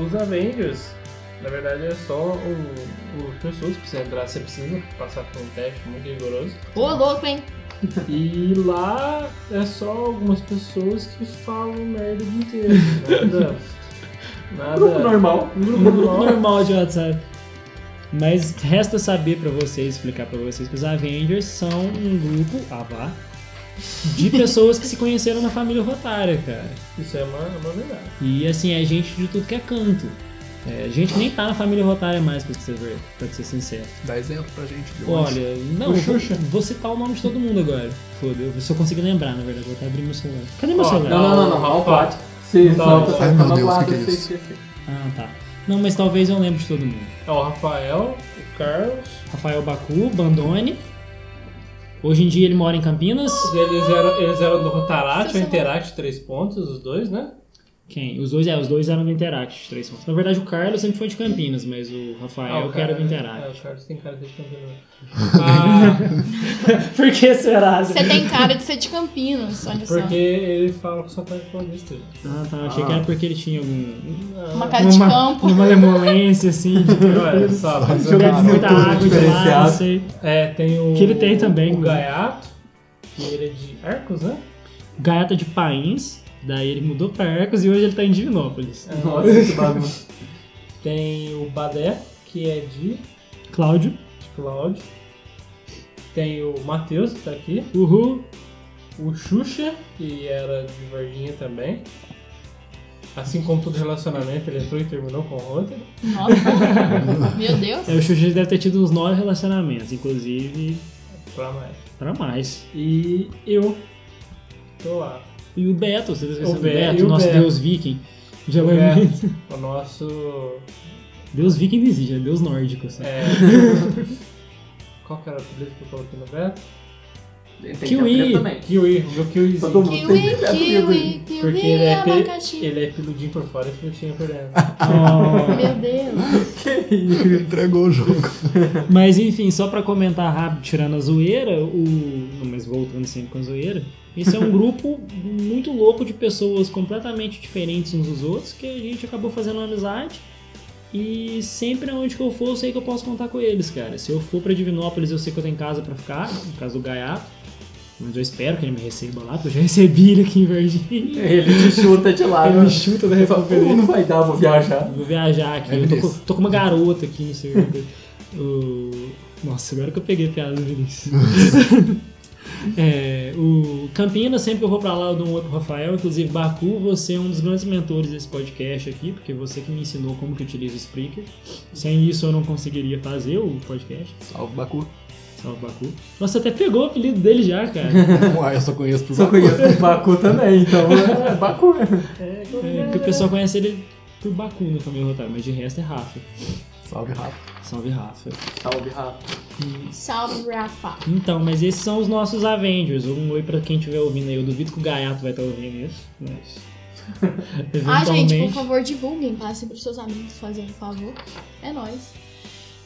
Speaker 5: Os Avengers, na verdade, é só o- os pessoas que precisam entrar, você precisa passar por um teste muito rigoroso.
Speaker 4: Ô, louco, hein?
Speaker 5: E lá é só algumas pessoas que falam merda o dia inteiro. Nada. nada.
Speaker 2: Um
Speaker 5: Um
Speaker 2: Grupo normal. Uhum.
Speaker 5: Grupo
Speaker 1: Normal.
Speaker 5: normal.
Speaker 1: normal de WhatsApp. Mas resta saber pra vocês, explicar pra vocês que os Avengers são um grupo, avá, de pessoas que se conheceram na família Rotara, cara.
Speaker 5: Isso é uma, uma verdade.
Speaker 1: E assim, é gente de tudo que é canto. É, gente que nem tá na família Rotara mais, pra ser, ver- pra ser sincero.
Speaker 3: Dá exemplo pra gente. de onde.
Speaker 1: Olha, não,
Speaker 3: O
Speaker 1: vou,
Speaker 3: Xuxa.
Speaker 1: vou citar o nome de todo mundo agora. Foda, se eu conseguir lembrar, na verdade, vou até abrir meu celular. Cadê meu
Speaker 5: Ó, é
Speaker 1: celular?
Speaker 2: Não, não, não, não, Raul Fati. Vocês estão
Speaker 5: Não, não.
Speaker 3: Ai, meu
Speaker 2: ficando
Speaker 3: Deus,
Speaker 2: magoados
Speaker 3: que que é
Speaker 2: sem
Speaker 3: isso?
Speaker 2: esquecer.
Speaker 1: Ah, tá. Não, mas talvez eu lembre de todo mundo.
Speaker 5: É o Rafael, o Carlos.
Speaker 1: Rafael Bacu, Bandone. Hoje em dia ele mora em Campinas.
Speaker 5: Eles eram, eles eram do Rotaract,
Speaker 4: Seu celular.
Speaker 5: ou Interact, três pontos, os dois, né?
Speaker 1: Quem? Os dois, é, os dois eram do Interact, os três pontos. Na verdade, o Carlos sempre foi de Campinas, mas o Rafael que era do
Speaker 5: É,
Speaker 1: Ah, Interact.
Speaker 5: o Carlos tem cara de campeão. Ah,
Speaker 1: Por que será?
Speaker 4: Você tem cara de ser de Campinas, olha só.
Speaker 5: porque ele fala com sotaque paulista.
Speaker 1: Ah, tá. Achei que era porque ele tinha algum.
Speaker 4: Uma cara de
Speaker 1: uma,
Speaker 4: campo.
Speaker 1: Uma lemolência, assim, de
Speaker 5: Olha só, mas
Speaker 1: que bebe muita água de lá, não
Speaker 2: diferenciado.
Speaker 1: sei.
Speaker 5: é, tem o.
Speaker 1: Que ele tem também,
Speaker 5: O
Speaker 1: né?
Speaker 5: Gaiato, que ele é de Arcos, né?
Speaker 1: Gaiata de Pains. Daí ele mudou pra Arcos e hoje ele tá em Divinópolis.
Speaker 2: Nossa, que bagunça.
Speaker 5: É, Tem o Badé, que é de
Speaker 1: Cláudio,
Speaker 5: Cláudio. Tem o Matheus, que tá aqui.
Speaker 1: Uhul,
Speaker 5: O Xuxa, que era de Varginha também. Assim como todo relacionamento, ele entrou e terminou com o Roder.
Speaker 4: Nossa. Meu Deus.
Speaker 1: É, o Xuxa deve ter tido uns nove relacionamentos, inclusive
Speaker 5: Pra mais.
Speaker 1: pra mais.
Speaker 5: E eu tô lá.
Speaker 1: E o Beto, vocês esqueceram do
Speaker 5: Be-
Speaker 1: Beto,
Speaker 5: e o
Speaker 1: nosso
Speaker 5: Beto.
Speaker 1: deus viking. Já
Speaker 5: O
Speaker 1: vai
Speaker 5: Beto, É, o nosso.
Speaker 1: Deus viking não existe, é deus nórdico. Assim.
Speaker 5: é, Qual que era o apelido que eu coloquei no Beto?
Speaker 2: Tem que
Speaker 1: Kiwi.
Speaker 2: abrir também.
Speaker 5: Kiwi, o meu Kiwizinho.
Speaker 2: Todo mundo.
Speaker 4: Kiwi, kiwi,
Speaker 5: é Porque
Speaker 4: kiwi,
Speaker 5: ele é, pe...
Speaker 4: abacaxi.
Speaker 5: ele é peludinho por fora e peludinho por dentro.
Speaker 1: Oh,
Speaker 4: Meu Deus.
Speaker 3: Entregou o jogo.
Speaker 1: mas enfim, só pra comentar rápido, tirando a zoeira, o. não, mas voltando sempre com a zoeira. Esse é um grupo muito louco de pessoas completamente diferentes uns dos outros, que a gente acabou fazendo uma amizade. E sempre aonde que eu for, eu sei que eu posso contar com eles, cara. Se eu for pra Divinópolis, eu sei que eu tenho casa pra ficar, no caso do Gaiato. Mas eu espero que ele me receba lá, porque eu já recebi ele aqui em Virgínia.
Speaker 2: Ele te chuta de lado.
Speaker 1: Ele me chuta da
Speaker 2: Ele fala,
Speaker 1: República
Speaker 2: "Uh,
Speaker 1: dele.
Speaker 2: não vai dar, vou viajar.
Speaker 1: Vou viajar aqui.
Speaker 3: É
Speaker 1: eu tô com,
Speaker 3: Vinícius.
Speaker 1: tô com uma garota aqui, não sei o que. O- Nossa, agora que eu peguei a piada do Vinícius. É, o Campinas, sempre que eu vou pra lá, eu dou um oi pro Rafael. Inclusive, Baku, você é um dos grandes mentores desse podcast aqui, porque você que me ensinou como que utiliza o Spreaker. Sem isso, eu não conseguiria fazer o podcast.
Speaker 3: Salve, Baku.
Speaker 1: Salve, Baku. Nossa, até pegou o apelido dele já, cara.
Speaker 3: Uai, eu só conheço por
Speaker 2: Só
Speaker 3: Baku.
Speaker 2: conheço o Baku também, então é Baku.
Speaker 1: É, porque o pessoal conhece ele por Baku na família Rotário, mas de resto é Rafa.
Speaker 3: Salve, Rafa.
Speaker 1: Salve, Rafa.
Speaker 2: Salve, Rafa.
Speaker 4: Salve, Rafa.
Speaker 1: Então, mas esses são os nossos Avengers. Um oi pra quem estiver ouvindo aí. Eu duvido que o Gaiato vai estar ouvindo isso, mas.
Speaker 4: Ah, gente, por
Speaker 1: Eventualmente.
Speaker 4: favor, divulguem, passem pros seus amigos, fazendo favor. É nóis.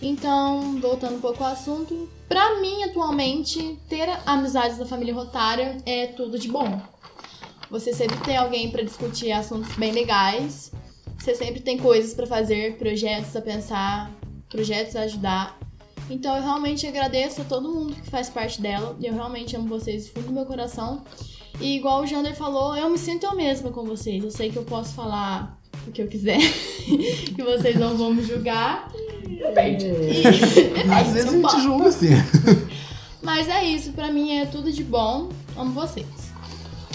Speaker 4: Então, voltando um pouco ao assunto, pra mim, atualmente, ter amizades da família Rotária é tudo de bom. Você sempre tem alguém pra discutir assuntos bem legais, você sempre tem coisas pra fazer, projetos a pensar, projetos a ajudar. Então, eu realmente agradeço a todo mundo que faz parte dela, e eu realmente amo vocês do fundo do meu coração. E igual o Jander falou, eu me sinto eu mesma com vocês. Eu sei que eu posso falar o que eu quiser, que vocês não vão me julgar.
Speaker 2: Depende.
Speaker 4: E-
Speaker 1: É.
Speaker 3: É, Às vezes a gente julga assim.
Speaker 4: Mas é isso, pra mim é tudo de bom. Amo vocês.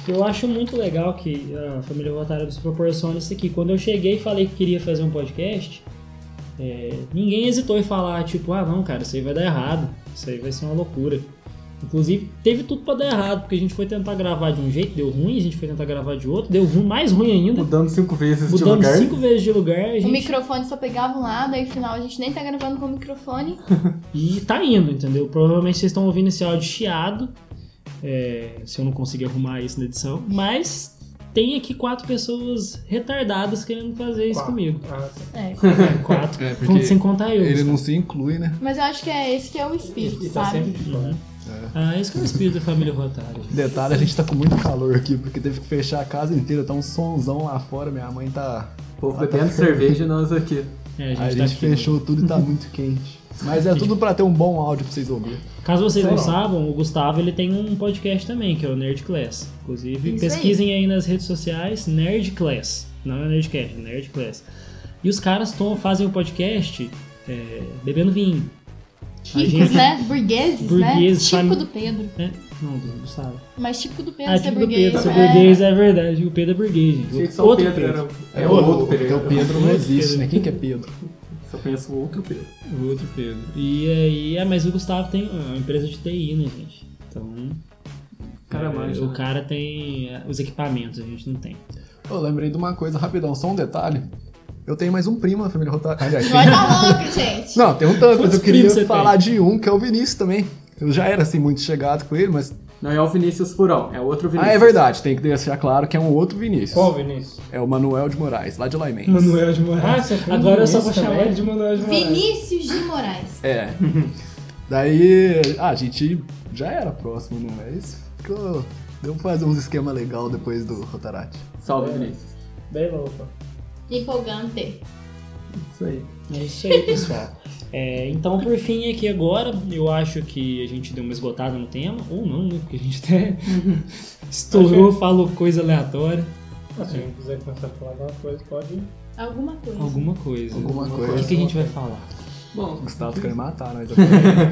Speaker 1: Eu acho muito legal que a família Rotária nos proporciona isso aqui. Quando eu cheguei e falei que queria fazer um podcast, é, ninguém hesitou em falar, tipo, ah não, cara, isso aí vai dar errado, isso aí vai ser uma loucura. Inclusive, teve tudo pra dar errado, porque a gente foi tentar gravar de um jeito, deu ruim, a gente foi tentar gravar de outro, deu ruim, mais ruim ainda.
Speaker 2: Mudando cinco vezes de
Speaker 1: Mudamos
Speaker 2: lugar.
Speaker 1: cinco vezes de lugar. A
Speaker 4: O
Speaker 1: gente...
Speaker 4: microfone só pegava um lado, aí no final a gente nem tá gravando com o microfone.
Speaker 1: E tá indo, entendeu? Provavelmente vocês estão ouvindo esse áudio chiado. é, se eu não conseguir arrumar isso na edição. Mas tem aqui quatro pessoas retardadas querendo fazer isso
Speaker 5: Quatro.
Speaker 1: comigo.
Speaker 5: Ah, tá.
Speaker 4: É.
Speaker 1: É, quatro,
Speaker 3: É, porque
Speaker 1: com- sem contar eu.
Speaker 3: Ele
Speaker 1: Gustavo.
Speaker 3: não se inclui, né?
Speaker 4: Mas eu acho que é esse que é o espírito,
Speaker 5: E tá
Speaker 4: sabe?
Speaker 5: sempre de fora.
Speaker 1: Ah, esse que é o espírito da família Rotário.
Speaker 3: Detalhe, a gente tá com muito calor aqui, porque teve que fechar a casa inteira, tá um sonzão lá fora, minha mãe tá...
Speaker 2: O povo bebendo cerveja e nós aqui.
Speaker 1: É, a gente,
Speaker 3: A
Speaker 1: tá
Speaker 3: gente
Speaker 1: aqui.
Speaker 3: fechou tudo e tá muito quente. Mas é tudo pra ter um bom áudio pra vocês ouvirem.
Speaker 1: né? Caso vocês
Speaker 5: Sei
Speaker 1: não
Speaker 5: não.
Speaker 1: saibam, o Gustavo ele tem um podcast também, que é o Nerd Class. Inclusive,
Speaker 4: Isso aí.
Speaker 1: pesquisem aí. nas redes sociais Nerd Class. Não é Nerdcast, é Nerd Class. E os caras tão, fazem o podcast é, bebendo vinho. A
Speaker 4: Ricos,
Speaker 1: gente-
Speaker 4: né? Burgueses,
Speaker 1: Burgueses,
Speaker 4: né? Típico
Speaker 1: fami-
Speaker 4: do Pedro.
Speaker 1: né? Não, do Gustavo.
Speaker 4: Mas típico do Pedro
Speaker 1: Ah,
Speaker 4: ser
Speaker 1: tipo do
Speaker 4: burguês.
Speaker 1: Pedro. Seu
Speaker 4: é.
Speaker 1: burguês é verdade. O Pedro é burguês, gente.
Speaker 2: Achei que só o
Speaker 1: Outro
Speaker 2: Pedro,
Speaker 1: Pedro.
Speaker 2: era. É o outro Pedro.
Speaker 3: O Pedro não
Speaker 1: Outro
Speaker 3: existe,
Speaker 1: Pedro.
Speaker 3: né? Quem que é Pedro?
Speaker 2: Só conheço o outro Pedro.
Speaker 1: O outro Pedro. E aí, é, mas o Gustavo tem uma empresa de TI, né, gente? Então.
Speaker 2: Cara,
Speaker 1: é,
Speaker 2: manja,
Speaker 1: o
Speaker 2: né?
Speaker 1: cara tem é, os equipamentos, a gente não tem.
Speaker 3: Eu lembrei de uma coisa, rapidão, só um detalhe. Eu tenho mais um primo na família Rotário. Aliás,
Speaker 4: Vai
Speaker 3: tem-
Speaker 4: tá louco, gente.
Speaker 3: Não, tem um tanto, mas
Speaker 1: Quantos
Speaker 3: eu
Speaker 1: primos você
Speaker 3: queria falar de um, que é o Vinícius também. Eu já era assim muito chegado com ele, mas.
Speaker 2: Não é o Vinícius Furão, é outro
Speaker 3: Ah,
Speaker 2: Vinícius.
Speaker 3: é verdade, tem que deixar claro que é um outro Vinícius.
Speaker 5: Qual, Vinícius?
Speaker 3: É o Manuel de Moraes, lá de Laimense.
Speaker 5: Manuel de Moraes. Ah, você é filho
Speaker 1: Agora
Speaker 5: do
Speaker 1: eu só vou
Speaker 5: Vinícius
Speaker 1: chamar
Speaker 5: também?
Speaker 1: ele
Speaker 5: de Manuel de Moraes.
Speaker 4: Vinícius de Moraes.
Speaker 3: É. Daí, ah, a gente já era próximo, né? Mas ficou. Deu pra fazer uns esquema legal depois do Rotarate.
Speaker 2: Salve, Vinícius.
Speaker 5: Bem louco.
Speaker 4: Empolgante.
Speaker 2: Isso aí.
Speaker 1: É isso aí, pessoal. É, então, por fim, aqui agora, eu acho que a gente deu uma esgotada no tema, ou não, né? Porque a gente até Uhum. estourou, falou coisa aleatória.
Speaker 5: Ah, Se alguém quiser começar a falar alguma coisa, pode ir.
Speaker 4: Alguma coisa.
Speaker 1: Alguma coisa.
Speaker 3: Alguma
Speaker 1: O que
Speaker 3: coisa.
Speaker 1: que a gente vai falar?
Speaker 2: Bom,
Speaker 3: Gustavo querendo matar, nós.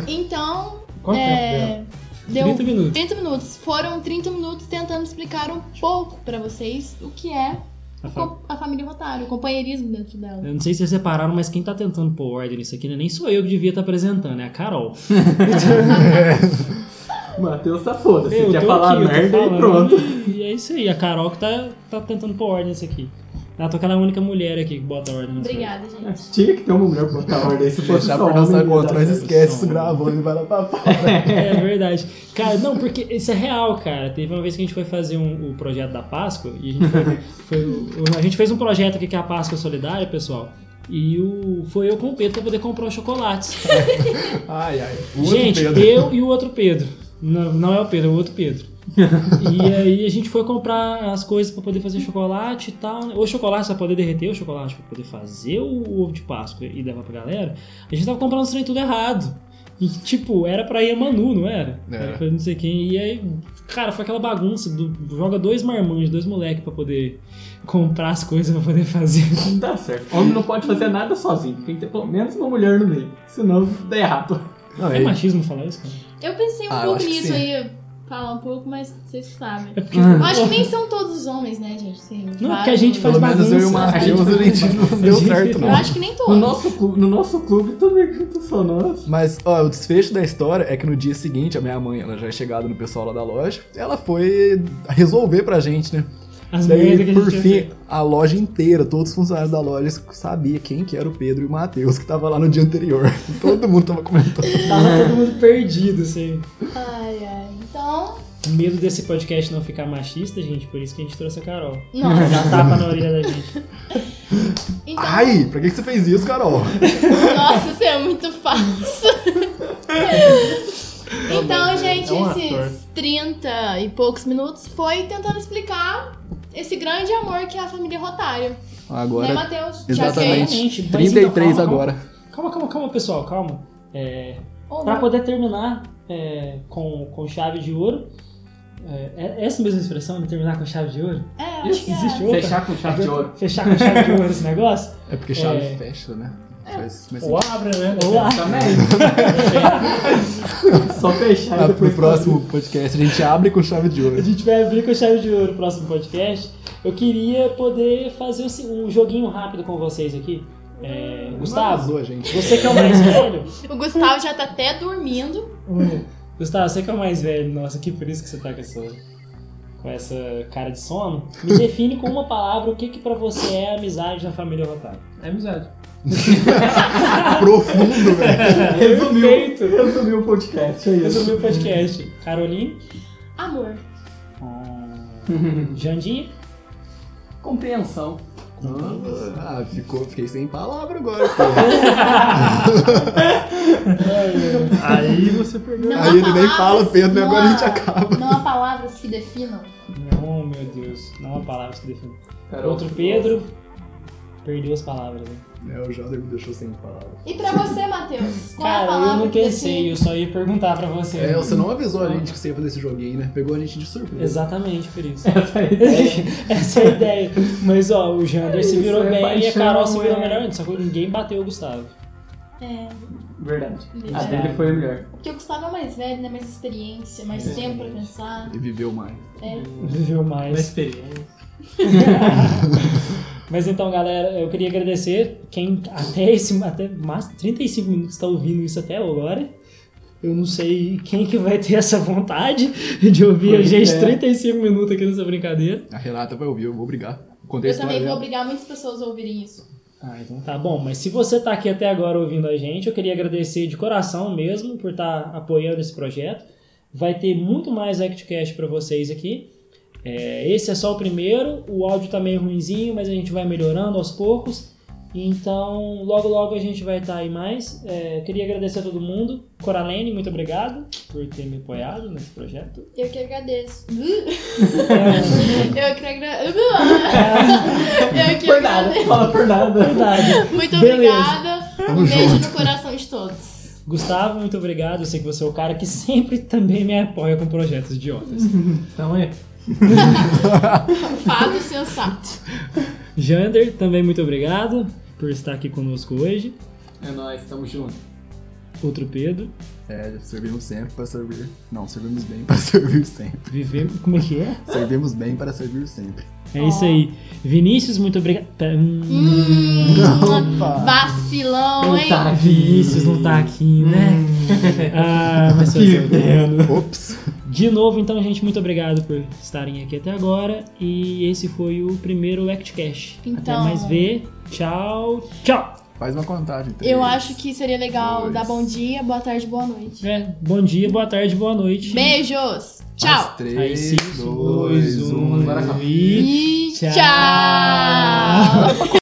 Speaker 4: Então,
Speaker 5: Quanto tempo
Speaker 4: é, deu
Speaker 1: 30 minutos.
Speaker 4: 30 minutos. Foram 30 minutos tentando explicar um pouco pra vocês o que é
Speaker 1: A fa- É,
Speaker 4: co- a família Rotário, o companheirismo dentro dela.
Speaker 1: Eu não sei se vocês repararam, mas quem tá tentando pôr ordem nisso aqui, né? nem sou eu que devia estar apresentando, é a Carol.
Speaker 2: Matheus tá foda. Se
Speaker 1: Eu
Speaker 2: quer
Speaker 1: tô
Speaker 2: falar
Speaker 1: aqui, eu tô
Speaker 2: merda e
Speaker 1: falando,
Speaker 2: pronto.
Speaker 1: E é isso aí, a Carol que tá, tá tentando pôr ordem nisso aqui. Ela toca a única mulher aqui que bota ordem nisso.
Speaker 4: Obrigada, gente.
Speaker 2: Tinha que ter uma mulher pra botar ordem. Se fosse
Speaker 3: Deixar
Speaker 2: só
Speaker 3: por nossa
Speaker 2: homem,
Speaker 3: conta,
Speaker 2: ia
Speaker 3: nós
Speaker 2: dar
Speaker 3: esquece isso
Speaker 1: som.
Speaker 3: gravando e vai lá pra fora.
Speaker 1: É verdade. Cara, não, porque isso é real, cara. Teve uma vez que a gente foi fazer um- o projeto da Páscoa e a gente, foi, foi o- a gente fez um projeto aqui que é a Páscoa Solidária, pessoal. E o, foi eu com o Pedro pra poder comprar os chocolates.
Speaker 3: Ai, ai. O outro
Speaker 1: gente,
Speaker 3: Pedro.
Speaker 1: eu e o outro Pedro. Não, não é o Pedro, é o outro Pedro. e aí a gente foi comprar as coisas pra poder fazer chocolate e tal. né? O chocolate pra poder derreter o chocolate, pra poder fazer o ovo de Páscoa e levar pra galera. A gente tava comprando os trem tudo errado. E, tipo, era pra ir a Manu, não era?
Speaker 3: Era.
Speaker 1: Era pra não sei quem. E aí, cara, foi aquela bagunça. Do, joga dois marmanjos, dois moleques pra poder comprar as coisas pra poder fazer.
Speaker 2: Não dá certo. Homem não pode fazer nada sozinho. Tem que ter pelo menos uma mulher no meio. Senão dá errado.
Speaker 3: Não,
Speaker 1: É
Speaker 3: ele-
Speaker 1: machismo falar isso, cara?
Speaker 4: Eu pensei um
Speaker 3: Ah, eu
Speaker 4: pouco
Speaker 3: acho que
Speaker 4: nisso
Speaker 3: sim.
Speaker 4: aí, falar um pouco, mas vocês sabem.
Speaker 1: É porque.
Speaker 4: Eu acho que nem são todos os homens, né, gente? Tem
Speaker 1: Não, porque a
Speaker 4: vários.
Speaker 1: gente faz
Speaker 3: Pelo menos eu e o
Speaker 1: bagunça.
Speaker 3: Matheus, a gente não deu certo, não.
Speaker 4: Eu acho que nem
Speaker 2: No
Speaker 4: todos.
Speaker 2: nosso clube, no nosso clube também junto só nós.
Speaker 3: Mas, ó, o desfecho da história é que no dia seguinte, a minha mãe, ela já é chegada no pessoal lá da loja, ela foi resolver pra gente, né?
Speaker 1: As merdas que
Speaker 3: Daí,
Speaker 1: a
Speaker 3: por
Speaker 1: gente tinha
Speaker 3: fim, a loja inteira, todos os funcionários da loja sabiam quem que era o Pedro e o Matheus, que tava lá no dia anterior. Todo mundo tava comentando.
Speaker 1: Tava todo mundo perdido, assim.
Speaker 4: Ai, ai. Então,
Speaker 1: Medo desse podcast não ficar machista, gente, por isso que a gente trouxe a Carol.
Speaker 4: nossa.
Speaker 1: Dá tapa na orelha da gente.
Speaker 4: Então,
Speaker 3: Ai, pra que que você fez isso, Carol?
Speaker 4: Nossa, isso é muito fácil. então, gente,
Speaker 5: é um
Speaker 4: esses 30 e poucos minutos foi tentando explicar esse grande amor que é a família Rotário. né,
Speaker 3: Agora,
Speaker 4: Matheus?
Speaker 3: Exatamente.
Speaker 4: Já que...
Speaker 1: Gente, mas então,
Speaker 3: 33
Speaker 1: calma,
Speaker 3: agora.
Speaker 1: Calma, calma, calma, pessoal, calma. É,
Speaker 4: Ou
Speaker 1: pra
Speaker 4: não.
Speaker 1: poder terminar é, com, com chave de ouro, é, é essa mesma expressão, né? terminar com chave de ouro?
Speaker 4: É, acho que
Speaker 1: Existe
Speaker 4: é.
Speaker 1: outra?
Speaker 2: Fechar com chave de ouro.
Speaker 1: Fechar com chave de ouro esse negócio?
Speaker 3: É porque chave
Speaker 1: É.
Speaker 3: fecha, né? Faz- mas-
Speaker 5: Ou abre, né?
Speaker 1: Olá.
Speaker 2: Também. Só fechar
Speaker 3: Ah,
Speaker 2: e depois.
Speaker 3: pro próximo podcast a gente abre com chave de
Speaker 1: A
Speaker 3: ouro.
Speaker 1: gente vai abrir com chave de ouro o próximo podcast. Eu queria poder fazer o se- um joguinho rápido com vocês aqui. É, Gustavo,
Speaker 3: Arrasou, gente.
Speaker 1: você que é o mais velho,
Speaker 4: O Gustavo já tá até dormindo.
Speaker 1: Gustavo, você que é o mais velho nossa aqui, por isso que você tá com essa, com essa cara de sono. Me define com uma palavra o que que pra você é amizade na família Rotário.
Speaker 5: É amizade.
Speaker 3: Profundo, velho.
Speaker 2: Resumiu.
Speaker 1: Perfeito!
Speaker 2: Resumiu o podcast, é isso.
Speaker 1: Resumiu o podcast. Caroline,
Speaker 4: Amor.
Speaker 1: Ah, Jandinha?
Speaker 2: Compreensão.
Speaker 3: Ah, ficou, fiquei sem palavra agora, pô.
Speaker 5: Aí você perdeu.
Speaker 4: Não há
Speaker 3: Aí ele nem
Speaker 4: palavras,
Speaker 3: fala, Pedro, e
Speaker 4: não
Speaker 3: agora a gente
Speaker 4: há-
Speaker 3: acaba.
Speaker 4: Não há palavras que definam.
Speaker 1: Oh, meu Deus. Não há palavras que definem.
Speaker 2: Carol,
Speaker 1: Outro Pedro. Perdeu as palavras, né? hein?
Speaker 3: É, o Jader me deixou sem palavra.
Speaker 4: E pra você, Matheus? Qual é a
Speaker 1: Cara,
Speaker 4: palavra
Speaker 1: eu não
Speaker 4: que
Speaker 1: pensei,
Speaker 4: define?
Speaker 1: eu só ia perguntar pra você.
Speaker 3: É, você não avisou a gente que você ia fazer esse joguinho, né? Pegou a gente de surpresa.
Speaker 1: Exatamente, por isso. É,
Speaker 5: Essa aí.
Speaker 1: Essa é a ideia. Mas ó, o Jander se
Speaker 2: Isso,
Speaker 1: virou
Speaker 2: é
Speaker 1: bem e a
Speaker 2: paixão,
Speaker 1: Carol se virou
Speaker 2: é.
Speaker 1: melhor antes, só que ninguém bateu o Gustavo.
Speaker 2: verdade. A
Speaker 4: Verdade.
Speaker 2: dele foi a melhor.
Speaker 4: É, Porque o Gustavo é mais velho, né? Mais experiência, mais
Speaker 3: É,
Speaker 4: tempo pra pensar.
Speaker 3: E viveu mais.
Speaker 1: Viveu
Speaker 5: Uma
Speaker 1: mais.
Speaker 5: experiência.
Speaker 1: Mas então, galera, eu queria agradecer quem até esse até mais 35 minutos está ouvindo isso até agora. Eu não sei quem que vai ter essa vontade de ouvir
Speaker 2: Pois
Speaker 1: a gente
Speaker 2: é.
Speaker 1: 35 minutos aqui nessa brincadeira.
Speaker 3: A Renata vai ouvir, eu vou brigar. Contei a
Speaker 4: Eu
Speaker 3: história
Speaker 4: também vou
Speaker 3: dela.
Speaker 4: obrigar muitas pessoas a ouvirem isso.
Speaker 1: Ah, então tá bom. Mas se você tá aqui até agora ouvindo a gente, eu queria agradecer de coração mesmo por estar apoiando esse projeto. Vai ter muito mais ActCast para vocês aqui. É, esse é só o primeiro. O áudio tá meio ruinzinho, mas a gente vai melhorando aos poucos. Então, logo logo a gente vai estar aí mais. É, queria agradecer a todo mundo. Coralene, muito obrigado por ter me apoiado nesse projeto.
Speaker 4: Eu que agradeço. Eu que agradeço. Eu que
Speaker 2: Por nada,
Speaker 4: agradeço.
Speaker 2: fala por nada.
Speaker 1: Verdade.
Speaker 4: Muito
Speaker 1: Beleza.
Speaker 4: obrigada.
Speaker 3: Tamo
Speaker 4: Um beijo
Speaker 3: junto.
Speaker 4: no coração de todos.
Speaker 1: Gustavo, muito obrigado. Eu sei que você é o cara que sempre também me apoia com projetos idiotas.
Speaker 5: Então é.
Speaker 4: Fato sensato.
Speaker 1: Jander, também muito obrigado por estar aqui conosco hoje.
Speaker 2: É nóis, tamo junto.
Speaker 1: Outro Pedro,
Speaker 3: É, servimos sempre pra servir. Não, servimos bem pra servir sempre.
Speaker 1: viver. Como é que é?
Speaker 3: Servimos bem para servir sempre.
Speaker 1: É isso aí. Vinícius, muito obrigado.
Speaker 4: Hum,
Speaker 3: Opa.
Speaker 4: vacilão, hein?
Speaker 2: Tá aqui.
Speaker 1: Vinícius não tá aqui, né? Ah, mas foi seu dedo.
Speaker 3: Ops.
Speaker 1: De novo, então, gente, muito obrigado por estarem aqui até agora. E esse foi o primeiro ActCast.
Speaker 4: Então-
Speaker 1: Até mais ver. Tchau, tchau.
Speaker 3: Faz uma contagem.
Speaker 4: Eu
Speaker 3: três,
Speaker 4: acho que seria legal
Speaker 3: dois.
Speaker 4: dar bom dia, boa tarde, boa noite.
Speaker 1: É, bom dia, boa tarde, boa noite.
Speaker 4: Beijos. Tchau.
Speaker 3: Mais
Speaker 1: Aí,
Speaker 3: Três,
Speaker 1: cinco,
Speaker 5: um.
Speaker 3: dois,
Speaker 1: dois, um,
Speaker 3: um.
Speaker 1: e...
Speaker 4: E
Speaker 1: Tchau.
Speaker 4: tchau.